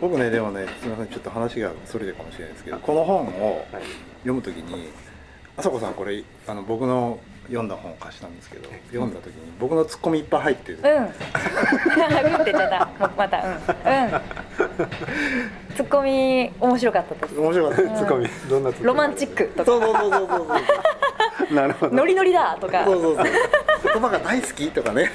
僕ねでもねすみませんちょっと話がそれるかもしれないですけどこの本を読むときにあさこさんこれあの僕の読んだ本を貸したんですけど読んだときに僕のツッコミいっぱい入ってる、うん。うんって言っちゃった。また。うん。うん。ツッコミ面白かったです。面白かったんですツツッッココミミどんなツッコミロマンチックとかそうそうそうそうそうそうなるほどノリノリだとかそうそうそう言葉が大好きとかね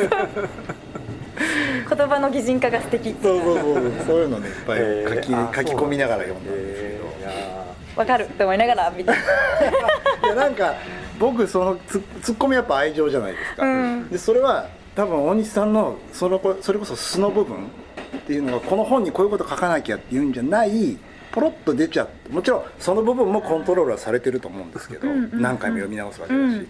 言葉の擬人化が素敵そうそうそうそうそういうのねいっぱいえー書き,、あ書き込みながら読んだんですけえど、ーいやわかるって思いながら見て。いやなんか僕そのツッツッコミやっぱ愛情じゃないですか、うんでそれは多分大西さんのそのこそれこそ素の部分っていうのがこの本にこういうこと書かなきゃっていうんじゃないポロッと出ちゃってもちろんその部分もコントロールはされてると思うんですけど、うんうん何回も読み直すわけだし、うん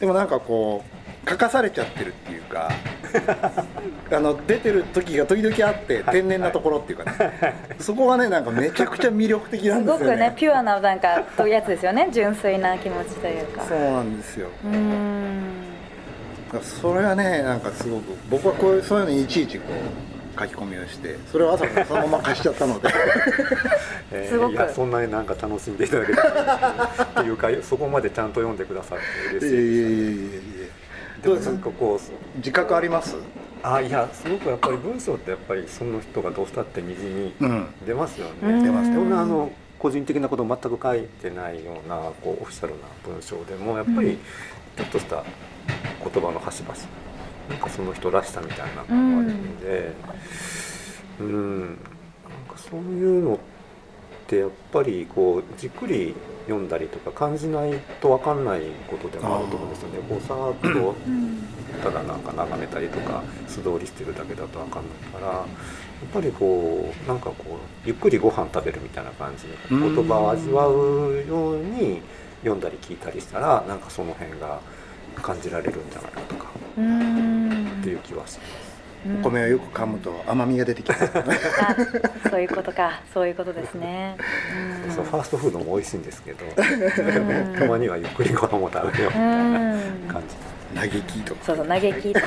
でもなんかこう書かされちゃってるっていうか あの出てる時が時々あって天然なところっていうかね、そこがねなんかめちゃくちゃ魅力的なんすでごすくよねね。ピュアななんかというやつですよね純粋な気持ちというかそうなんですようーんそれはねなんかすごく僕はこういうそういうのにいちいちこう書き込みをしてそれを朝 からそのまま貸しちゃったのでえーすごくいやそんなになんか楽しんでいただけたっていうかそこまでちゃんと読んでくださっていや嬉しいやいいやいやいでやすでどうもですなんかこう自覚ありますあいやすごくやっぱり文章ってやっぱりその人がどうしたってにじみうん出ますようんね出ますそんなあの個人的なことを全く書いてないようなこうオフィシャルな文章でもやっぱうりんちょっとした言葉の端々なんかその人らしさみたいなのがあるんでうん、なんかそういうのってやっぱりこうじっくり読んだりとか感じないと分かんないことでもあると思うんですよね。こうさーっとうんただなんか眺めたりとか素通りしてるだけだと分かんないからやっぱりこうなんかこうゆっくりご飯食べるみたいな感じでうん言葉を味わうように読んだり聞いたりしたらなんかその辺が感じられるんじゃないかとかうーんっていう気はします。うんお米をよく噛むと甘みが出てきますあそういうことかそういうことですねうんそうファーストフードも美味しいんですけどんたまにはゆっくりご飯も食べようみたいなうん感じ嘆きとかそうそう嘆きとか、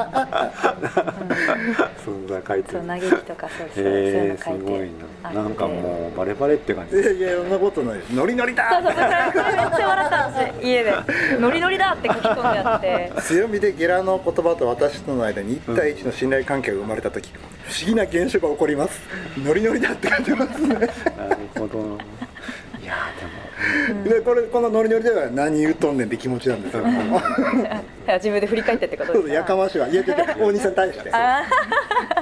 うんそんな書いてそうる。嘆きとかそうそう、そういうのえー、書いすごいてあなっ。てなんかもうバレバレって感じい。やいやそんなことないですノリノリそうだそうそれそれめっちゃ笑ったんです家でノリノリだって書き込んであって強火でゲラの言葉と私との間に1対1の信頼関係が生まれた時、不思議な現象が起こりますノリノリだって感じますね なるほど。いやでこれこのノリノリでは何言うとんねんって気持ちなんですーでよも。うん自分で振り返ってってこそとでうそうすかやかましいわいやいやいや 大西さんに対してあ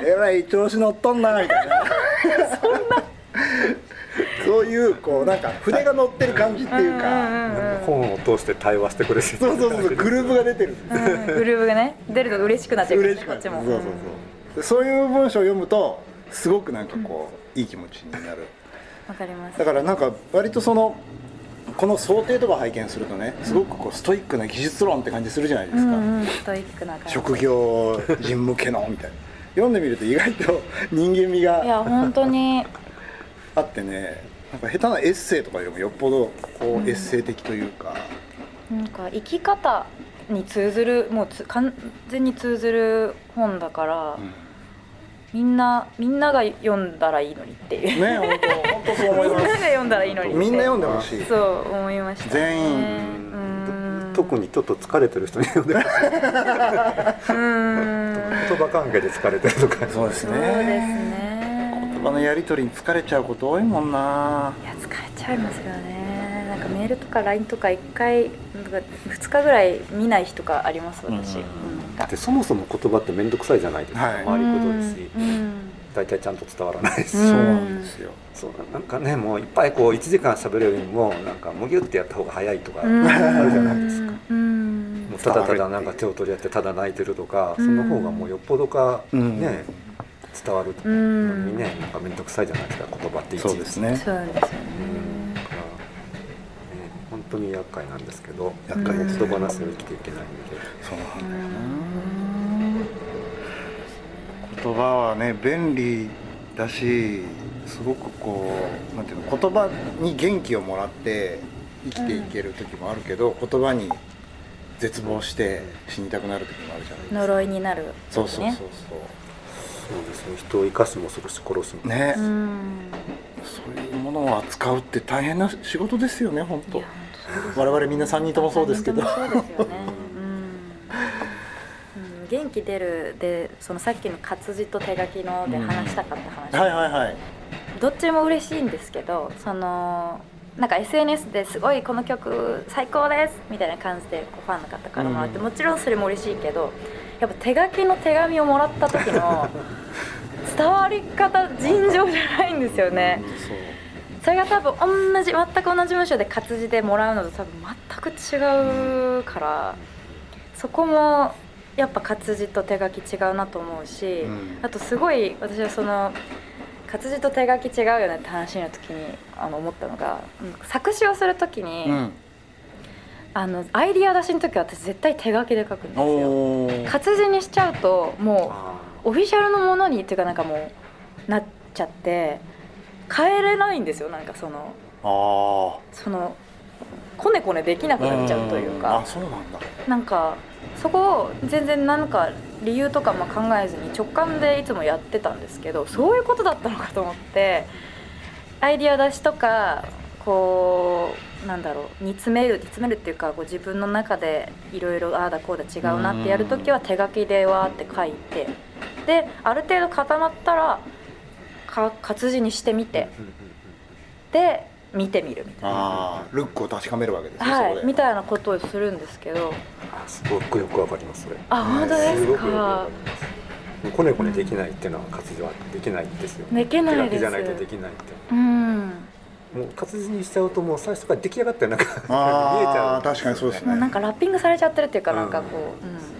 えらい調子乗っとんなみたいなそういうこうなんか筆が乗ってる感じっていうかうんうんうんうん本を通して対話してくれてるそうそうそうグループが出てるうんグルーブがね出ると嬉しくなっちゃうからね嬉しくこなっるちそうもそうそうそういう文章を読むとすごくなんかこういい気持ちになるわかりますだからなんか割とそのこの想定とか拝見するとねすごくこうストイックな技術論って感じするじゃないでうすか、んうんストイックな感じ職業人向けのみたいな読んでみると意外と人間味いがや本当にあってねなんか下手なエッセイとかよりもよっぽどこうエッセイ的というか、なんか生き方に通ずるもうつ完全に通ずる本だから、みんなみんなが読んだらいいのにっていう、ね本当本当そうみ思いんなまがす読んだらいいのにってみんな読んでほしいそう思いましたね全員うん特にちょっと疲れてる人に読んでほしいうん言葉関係で疲れてるとかそうですそねうですね言葉のやり取りに疲れちゃうこと多いもんないや疲れちゃいますよねなんかメールとか LINE とか1回なんか2日ぐらい見ない日とかありますう私、んなでそもそも言葉って面倒くさいじゃないですか、はい回りくどいしうん大体ちゃんと伝わらないし、うんそうなんですよそうなんかねもういっぱいこう1時間喋るよりもなんかもぎゅってやった方が早いとか、うんあるじゃないですかうんもうただただなんか手を取り合ってただ泣いてるとか、その方がもうよっぽどか、うんね伝わるうのにんねなんか面倒くさいじゃないですか言葉っていちいちそうですねそうなんですよねだから、ね、本当に厄介なんですけど厄介です言葉なしで生きていけないんで、そうなんだうよんな言葉はね便利だしすごくこうなんていうの言葉に元気をもらって生きていける時もあるけど、言葉に絶望して死にたくなる時もあるじゃないですか呪いになるそうそうそうねそうそうですね人を生かすも殺す殺すもねう、んそういうものを扱うって大変な仕事ですよね本い当や本当そうです我々みんな3人ともそうですけど本当にそうですよねうん、うん、元気出るでそのさっきの活字と手書きので話したかった話、はいはいはいどっちも嬉しいんですけどそのなんか SNS ですごいこの曲最高ですみたいな感じでこうファンの方からもらって、うんもちろんそれも嬉しいけどやっぱ手書きの手紙をもらった時 の伝わり方尋常じゃないんですよねうんそうそれが多分同じ全く同じ文章で活字でもらうのと多分全く違うからそこもやっぱ活字と手書き違うなと思うし、うんあとすごい私はその活字と手書き違うよねって話の時にあの思ったのがうん作詞をする時に、うんあのアイディア出しの時は私絶対手書きで書くんですよ。おー活字にしちゃうともうあオフィシャルのものにっていうかなんかもうなっちゃって変えれないんですよなんかそのあそのこねこねできなくーなっちゃうというあかそうなんだなんかそこを全然何か理由とかも考えずに直感でいつもやってたんですけどそういうことだったのかと思ってアイディア出しとかこうなんだろう煮詰める煮詰めるっていうかこう自分の中でいろいろああだこうだ違うなってやるときは手書きでわーって書いてである程度固まったらか活字にしてみーてで見てみるみたいな。ああルックを確かめるわけですねはそい、こみでたいなことをするんですけどあすごくよくわかりますそれあ本当ですごすくよくわかかりますこねこねできないっていうのは活字はできないんですよできないです手書きじゃないとできないってうんもう活字にしちゃうともう最初から出来上がってなんか見えちゃあうー確かにそうですもうねなんかラッピングされちゃってるっていうかうんなんかこう、うんうん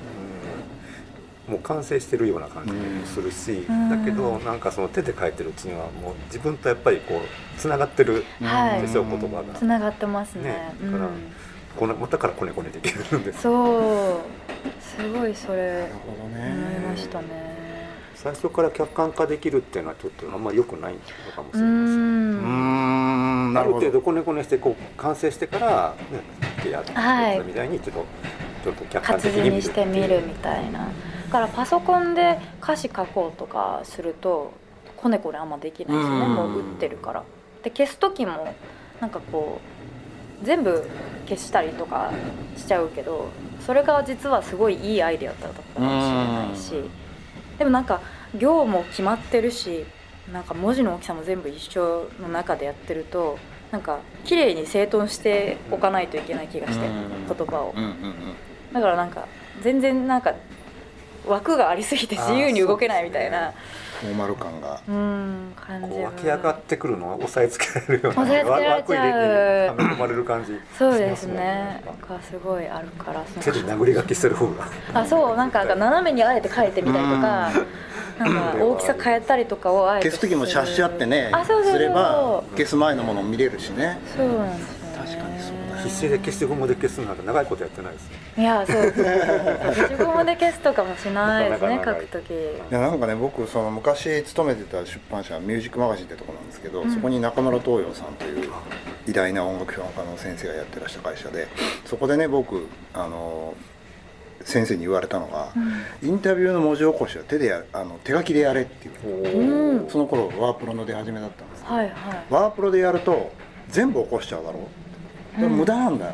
もう完成してるような感じもするし、うんだけどなんかその手で書いてるうちにはもう自分とやっぱりこうつながってるはいでしょ言葉がつながってますねねうだからん、このまたからこねこねできるんですそうすごいそなれるほど思いねましたね最初から客観化できるっていうのはちょっとあんまり良くないのかもしうれないですねうーんんなあるるほ程ど度こねこねしてこう完成してから、ね、ってやってはいみたいにちょっとちょっと客観活的字ににしてみるみたいなだからパソコンで歌詞書こうとかするとこねこねあんまできないですよねうんもう打ってるからで消す時もなんかこう全部消したりとかしちゃうけどそれが実はすごいいいアイデアだったかもしれないしうんでもなんか行も決まってるしなんか文字の大きさも全部一緒の中でやってるとなんか綺麗に整頓しておかないといけない気がしてうん言葉をうんうんうんだからなんか全然なんか枠がありすぎて自由に動けないみたいなう,、フォーマル感がん感こじう湧き上がってくるのを押さえつけられるような押さえつけられちゃう枠にはめ込まれる感じそうですねしますもんがすごいあるからその手で殴り書きしてる方があそうなんか斜めにあえて書いてみたりとかなんか大きさ変えたりとかをあえて消す時もシャッシャってねあそうそうそうすれば消す前のものも見れるしねそうなんですよ、ね、確かにそうだ必死で消してゴムで消すなんて長いことやってないですねいやそうですね自分で消すとかもしないですねな書かなかく時いやなんかね僕その昔勤めてた出版社はミュージックマガジンってとこなんですけど、うんそこに中村東洋さんという偉大な音楽評論家の先生がやってらした会社でそこでね僕あの先生に言われたのが、インタビューの文字起こしは手でやあの手書きでやれっていううんその頃ワープロの出始めだったんですはいはいワープロでやると全部起こしちゃうだろでも無駄なんだよ、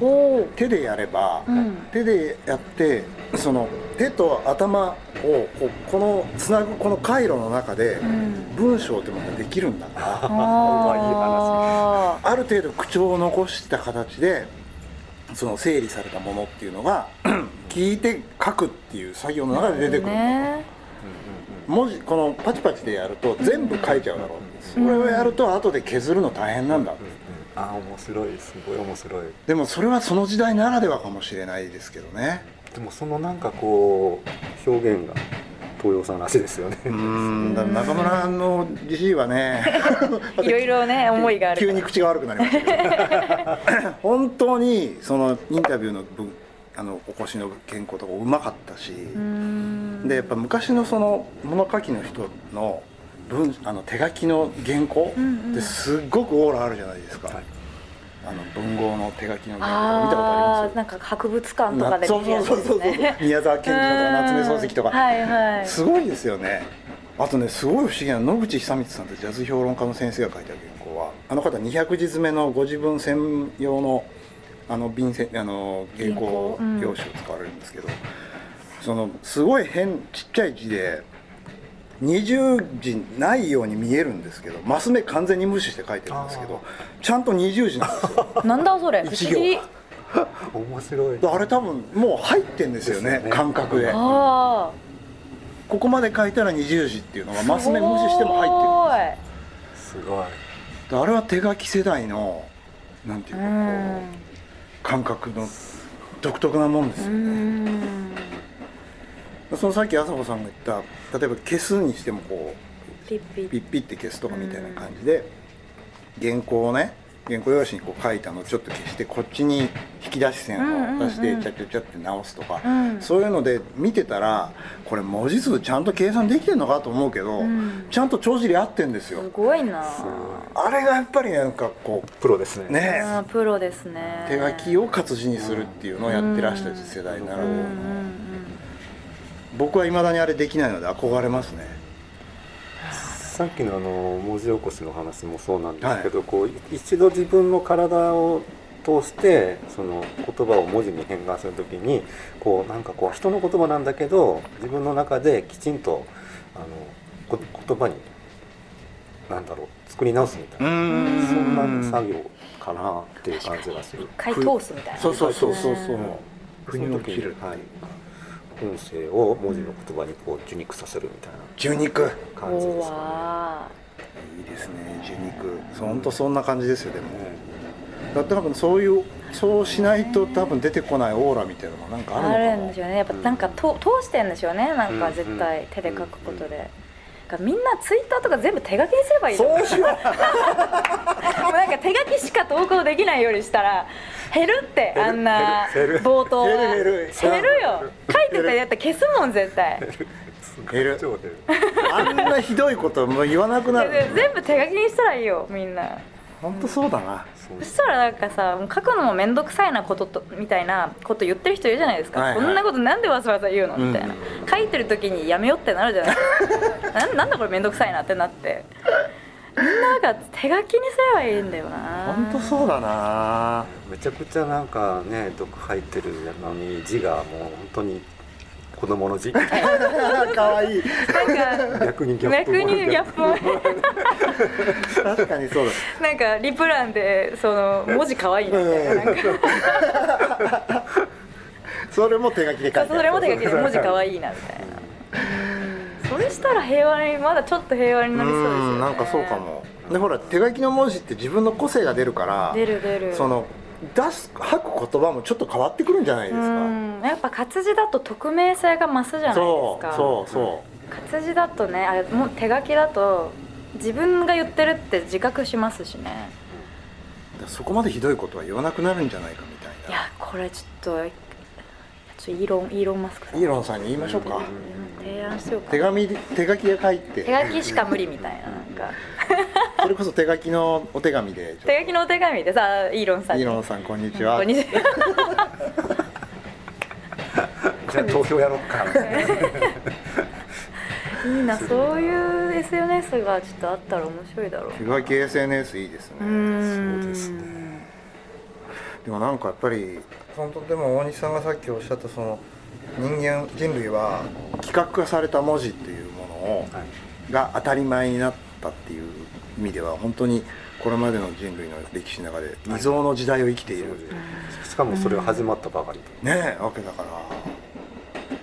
ほ手でやれば、ううん手でやってその手と頭をこうこのつなぐこの回路の中でうん文章ってものができるんだから あーある程度口調を残した形でその整理されたものっていうのが 聞いて書くっていう作業の中で出てくる、ね文字このパチパチでやると全部書いちゃうだろうってそうんれをやると後で削るの大変なんだってああ 面白いすごい面白いでもそれはその時代ならではかもしれないですけどねでもそのなんかこう表現が東洋さんらしいですよねうーんだから中村のじじいはねいろいろ ね思いがある急に口が悪くなりましたけ ど本当にそのインタビューのぶあのお越しの原稿とかうまかったし、にでやっぱ昔のその物書きの人の文あの手書きの原稿うんうんってすっごくオーラあるじゃないですか、はいあの文豪の手書きの原稿見たことあありあまなんか博物館とかですそうそうそうそうそ う宮沢賢治とか夏目漱石とか、はいはいすごいですよねあとねすごい不思議な野口久光さんってジャズ評論家の先生が書いた原稿はあの方200字詰めのご自分専用のあの便箋あの原稿原稿うん用紙を使われるんですけど、そのすごい変ちっちゃい字で20字ないように見えるんですけどマス目完全に無視して書いてるんですけどちゃんと20字なんですよ なんだそれ不一思行議面白いであれ多分もう入ってんですよでねすよね感覚であここまで書いたら20字っていうのがあマス目無視しても入ってるってすごいであれは手書き世代のなんていううかこんう感覚の独特なもんですよね、うんそのさっき朝子さんが言った例えば消すにしてもこピッピうピッピッて消すとかみたいな感じで原稿をね原稿用紙にこう書いたのをちょっと消してこっちに引き出し線を出しうんうんてうんちゃちゃちゃって直すとか、うんそういうので見てたらこれ文字数ちゃんと計算できてるのかと思うけど、うんちゃんと帳尻合ってんですすよごいなすごいあれがやっぱりなんかこプロですねうねあープロですね手書きを活字にするっていうのをやってらした世代なら、うんうん僕はいまだにあれできないので憧れますねさっきのあの文字起こしの話もそうなんですけど、こうい一度自分の体を通してその言葉を文字に変換するときにこうなんかこう人の言葉なんだけど自分の中できちんとあのこ言葉になんだろう作り直すみたいな、んそんうな作業かなっていう感じがする。一回通すみたいなそうそうそうそうそううん腑に落ちるその時にはい、音声を文字の言葉にこう受肉させるみたい受肉な感じおですかわいいですね受肉そうほんとそんな感じですよでもだって多分そういうそうしないと多分出てこないオーラみたいなのがなんかーああるるんのでかしなょうねやっぱなんかと通してんでしょうねなんか絶うん対うん手で書くことで。だからみんなツイッターとか全部手書きにすればいいじゃんそうしよもう なんか手書きしか投稿できないようにしたら減るってあんな減る冒頭は減る減る減るよ書いてたやったら消すもん絶対減る超減るうあんなひどいこともう言わなくなる 全部手書きにしたらいいよみんな本当そうだなそそうしたらなんかさもう書くのも面倒くさいなこととみたいなこと言ってる人いるじゃないですか、はいはいこんなことなんでわざわざ言うのみたいな、書いてる時にやめようってなるじゃない ですかななんだこれ面倒くさいなってなってみんなが手書きにすればいいんだよな本当そうだな めちゃくちゃなんかね毒入ってるのに字がもう本当に子 供の字かわいいなんか逆にギャップ逆にギャップも確かにそうだなんかリプランでその文字可愛いみたいななんかそれも手書きで書いてあるそれも手書きで文字可愛いなみたいなうんそれしたら平和にまだちょっと平和になりそうですようねんなんかそうかもでほら手書きの文字って自分の個性が出るから出る出るその出す吐く言葉もちょっと変わってくるんじゃないでうすかんやっぱ活字だと匿名性が増すじゃないでそすうかそうそ活字だとねあもう手書きだと自分が言ってるって自覚しますしねうだそこまでひどいことは言わなくなるんじゃないかみたいいなやこれちょっとちょっとイーロンイーロン・マスクさんイーロンさんに言いましょうかうん提案しようか手紙で手書きで書いて手書きしか無理みたいななんかそれこそ手書きのお手紙で手書きのお手紙でさイーロンさんイにーロンさんこんにちこはんに ちはじゃあ投票やろっかいいなそういう SNS がちょっとあったら面白いだろう手書き SNS いいですねうーんそうですねでもなんかやっぱり本当でも大西さんがさっきおっしゃったその人間人類は企画化された文字っていうものをはいが当たり前になったっていう意味では本当にこれまでの人類の歴史の中で未曾有の時代を生きている、しかもそれは始まったばかりねえわけだから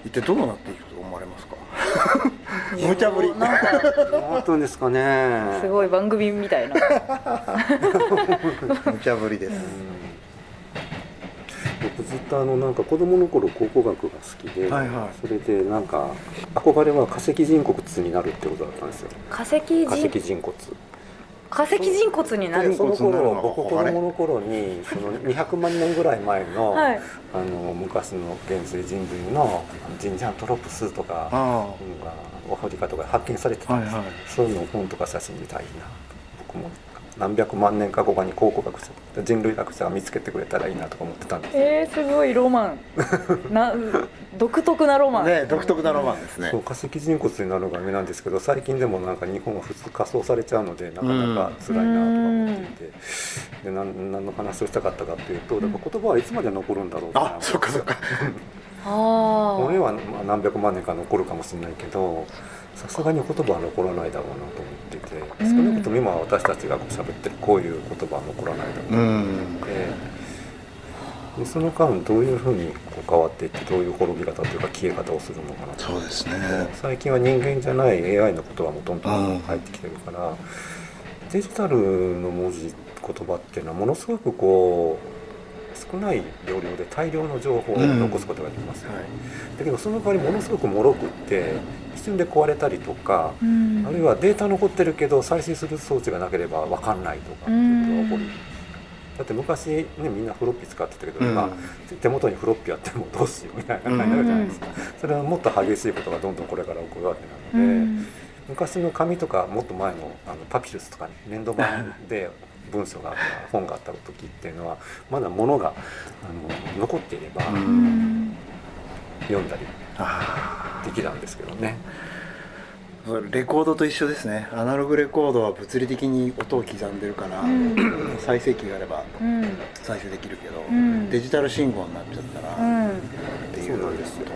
一体どうなっていくと思われますかいや無茶ぶりもうなんかどうなんですかねすごい番組み たいな無茶ぶりです、僕ずっとあのなんか子供の頃考古学が好きで、はいはいそれでなんか憧れは化石人骨になるってことだったんですよ化石人化化石石人人骨骨になでる人そ骨のになるの頃が僕子あれ供の頃にその200万年ぐらい前の,、はいあの昔の原生人類のジンジャントロプスとかあがアフリカとかで発見されてあたはんいですよ、はそういうのを本とか写真みたいな僕も何百万年か後かに考古学者人類学者が見つけてくれたらいいなとか思ってたんですえー、すごいロマンな独特なロマン、ね独特なロマンですねそう化石人骨になるのが夢なんですけど最近でもなんか日本は普通仮装されちゃうのでなかなか辛いなとか思っていて、でなん何の話をしたかったかというとだから言葉はいつまで残るんだろうあそっかそっかあ骨ーはまあ何百万年か残るかもしれないけどさすがに言葉は残らないだろうなと思っていてうん少なくとも今私たちがこう喋ってるこういう言葉は残らないだろううなとん思って、でその間どういうふうにこう変わっていってどういう滅び方というか消え方をするのかなとそうですね最近は人間じゃない AI の言葉もどんどん入ってきてるから、デジタルの文字言葉っていうのはものすごくこう少ない容量で大量の情報を残すことができますよね、はいだけどその代わりものすごくもろくって一瞬で壊れたりとかうんあるいはデータ残ってるけど再生する装置がなければ分かんないとかっていうことが起こるうんだって昔ねみんなフロッピー使ってたけどうん今手元にフロッピーあってもどうしようみたいな感じになるじゃないですかそれはもっと激しいことがどんどんこれから起こるわけうなのでん昔の紙とかもっと前のあのパピルスとかね粘土板で文章があった本があった時っていうのはまだ物があの残っていればうんうん読んだりあできたんですけどね。ーそれレコードと一緒ですねアナログレコードは物理的に音を刻んでるから、うん再生機があればうん再生できるけど、うんデジタル信号になっちゃったら、うっんていうそうなのんとで同すじよ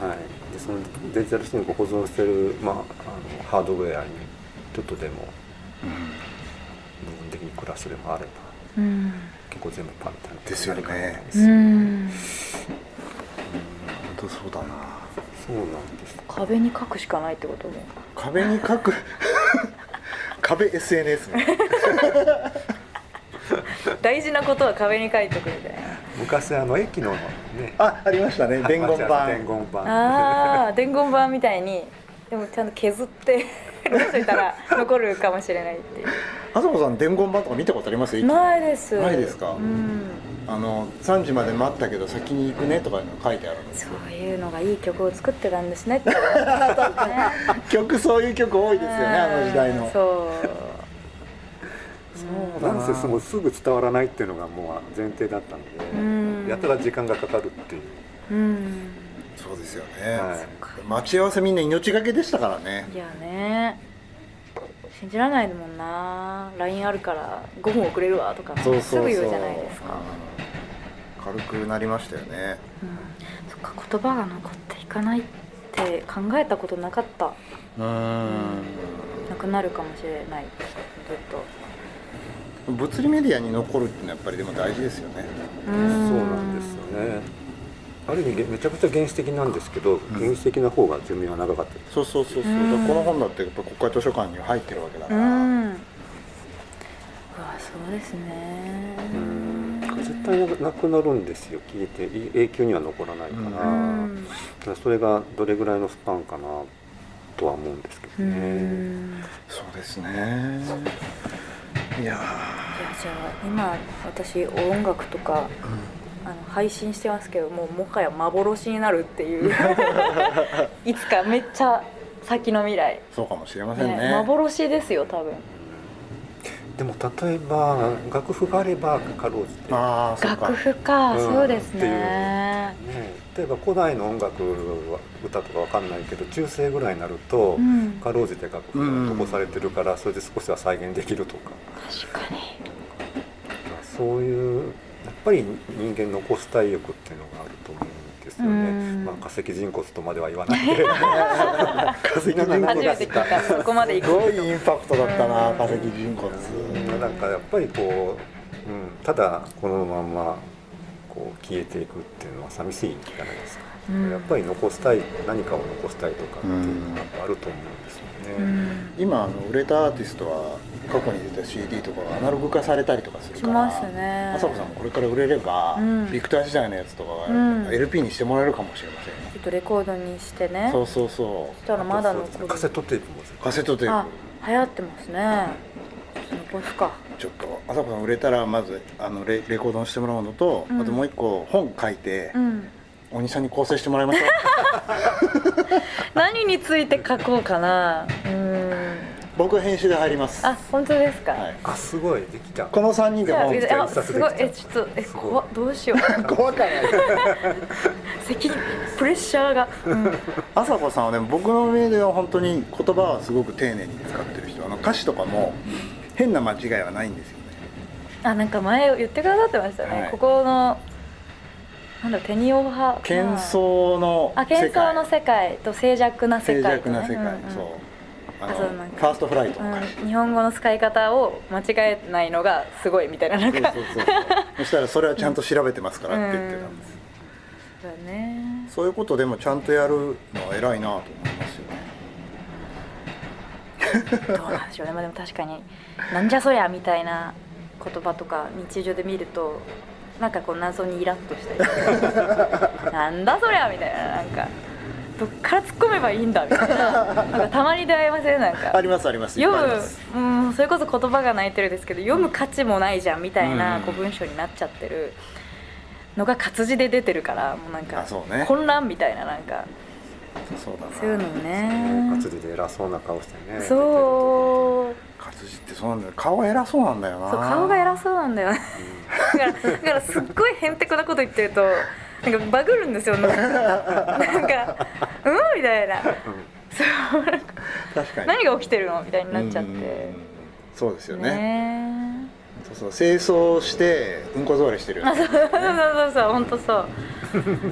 はい、でそのデジタル信号を保存してる、まあ、あのハードウェアにちょっとでも部分的に暮らしでもあればうん結構全部パンってなってですよねなるからなんでうすよん本当そうだなそうなんです壁に書くしかないってことね壁に書く 壁 SNS ね大事なことは壁に書いとくみたい昔あの駅のねあありましたね伝言板伝言板なああー伝言板みたいにでもちゃんと削って 残しといたら残るかもしれないっていうあそこさん伝言板とか見たことありますないですないですかうんあの3時まで待ったけど先に行くねとかいうの書いてあるのそういうのがいい曲を作ってたんですねって、ね、曲そういう曲多いですよねあの時代のそうそうなんですよもうすぐ伝わらないっていうのがもう前提だったのうんでやたら時間がかかるっていううんそうですよね、はい待ち合わせみんな命がけでしたからねいやね信じられないもんな LINE あるから5分遅れるわとかそうそうそうすぐ言うじゃないですか、うん軽くなりましたよねうん、そっか言葉が残っていかないって考えたことなかったうんなくなるかもしれないずっと物理メディアに残るっていうのはやっぱりでも大事ですよねそうそうなんですよねある意味めちゃくちゃ原始的なんですけど原始的な方が寿命は長かったりそうそうそうそううんだからこの本だってやっぱ国会図書館には入ってるわけだかうら、んうわそうですねうん絶対なくなくなるんですよ聞いてい永久には残らないから,、うんただそれがどれぐらいのスパンかなとは思うんですけうどね、んそうですねいやいやじゃあ今私音楽とかー、うんあの配信してますけどもうもはや幻になるっていういつかめっちゃ先の未来、そうかもしれませんねね、幻ですよ多分でも例えば楽譜があればかろうじて、ね、ああそうか楽譜か、うんそうですってね例えば古代の音楽は歌とかわかんないけど中世ぐらいになると、うんかろうじて楽譜が残されてるから、それで少しは再現できるとか確かにそういうやっぱり人間残したい欲っていうのがあると思うんですようんね、まあ、化石人骨とまでは言わないけ れど化石人初骨めだて聞いたそこまで行すくごいインパクトだったなうん化石人骨なんかやっぱりこう、うん、ただこのままこう消えていくっていうのは寂しいじゃないですうか、んやっぱり残したい何かを残したいとかっていうのがあると思うんですようね、ん今あの売れたアーティストは過去に出た CD とかがアナログ化されたりとかするしからますね朝子さんもこれから売れれば、うんビクター時代のやつとかうがん LP にしてもらえるかもしれませんよ、ちょっとレコードにしてねそそうそうそしたらまだあと残そうでするねカセットテープもうカセットテーあプ流行ってますね残すかちょっと朝子さん売れたらまずあのレレコードにしてもらうのと、うんあともう一個本書いて、うんお兄さんに構成してもらいましょう 何について書こうかなうん僕編集で入ります、あ本当ですか、はい、あすごいできたこの3人でじゃもあうじゃあ一冊すできごたいえちょっとえすごい怖っどうしよう怖 くない責任プレッシャーが、うん朝子さんはね僕の目では本当に言葉はすごく丁寧に使ってる人あの歌詞とかも変な間違いはないんですよねあなんか前言ってくださってましたね、はいここのなんだろうテニオ派喧騒のあ世喧騒界の世界と静寂な世静界と寂ね、な世界、うんうんそうああのそうなんかファーストフライトの歌詞、うん、日本語の使い方を間違えないのがすごいみたいななんそうかそうそうそしたらそれはちゃんと調べてますからって言ってたんです、そうだねそういうことでもちゃんとやるのは偉いなと思いますよねどうなんでしょうねまあでも確かになんじゃそりゃみたいな言葉とか日常で見るとなんかこう謎にイラッとし たりなんだそりゃみたいななんかどっから突っ込めばいいんだみたいななんかたまに出会いませんなんかありますありますいっ読ぱいありまむす、うん、それこそ言葉が泣いてるですけど読む価値もないじゃんみたいなうんこう文章になっちゃってるのが活字で出てるからもうなんかあそうね混乱みたいななんかそうだなそういうの活ね字で偉そうな顔してねそう活字ってそうなんだよ顔偉そうなんだよなそう顔が偉そうなんだよねだからだからすっごいへんてこなこと言ってるとなんかバグるんですよなんかなんかうんみたいなそうなんか確かに何が起きてるのみたいになっちゃってうんうんうんそうですよねねそえうそう清掃してうんこ座りしてるよね そうそうそう本当そう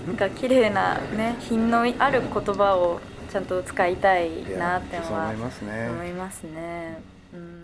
なんか綺麗なね品のある言葉をちゃんと使いたいいやなってのそう思はいますね思いますねうん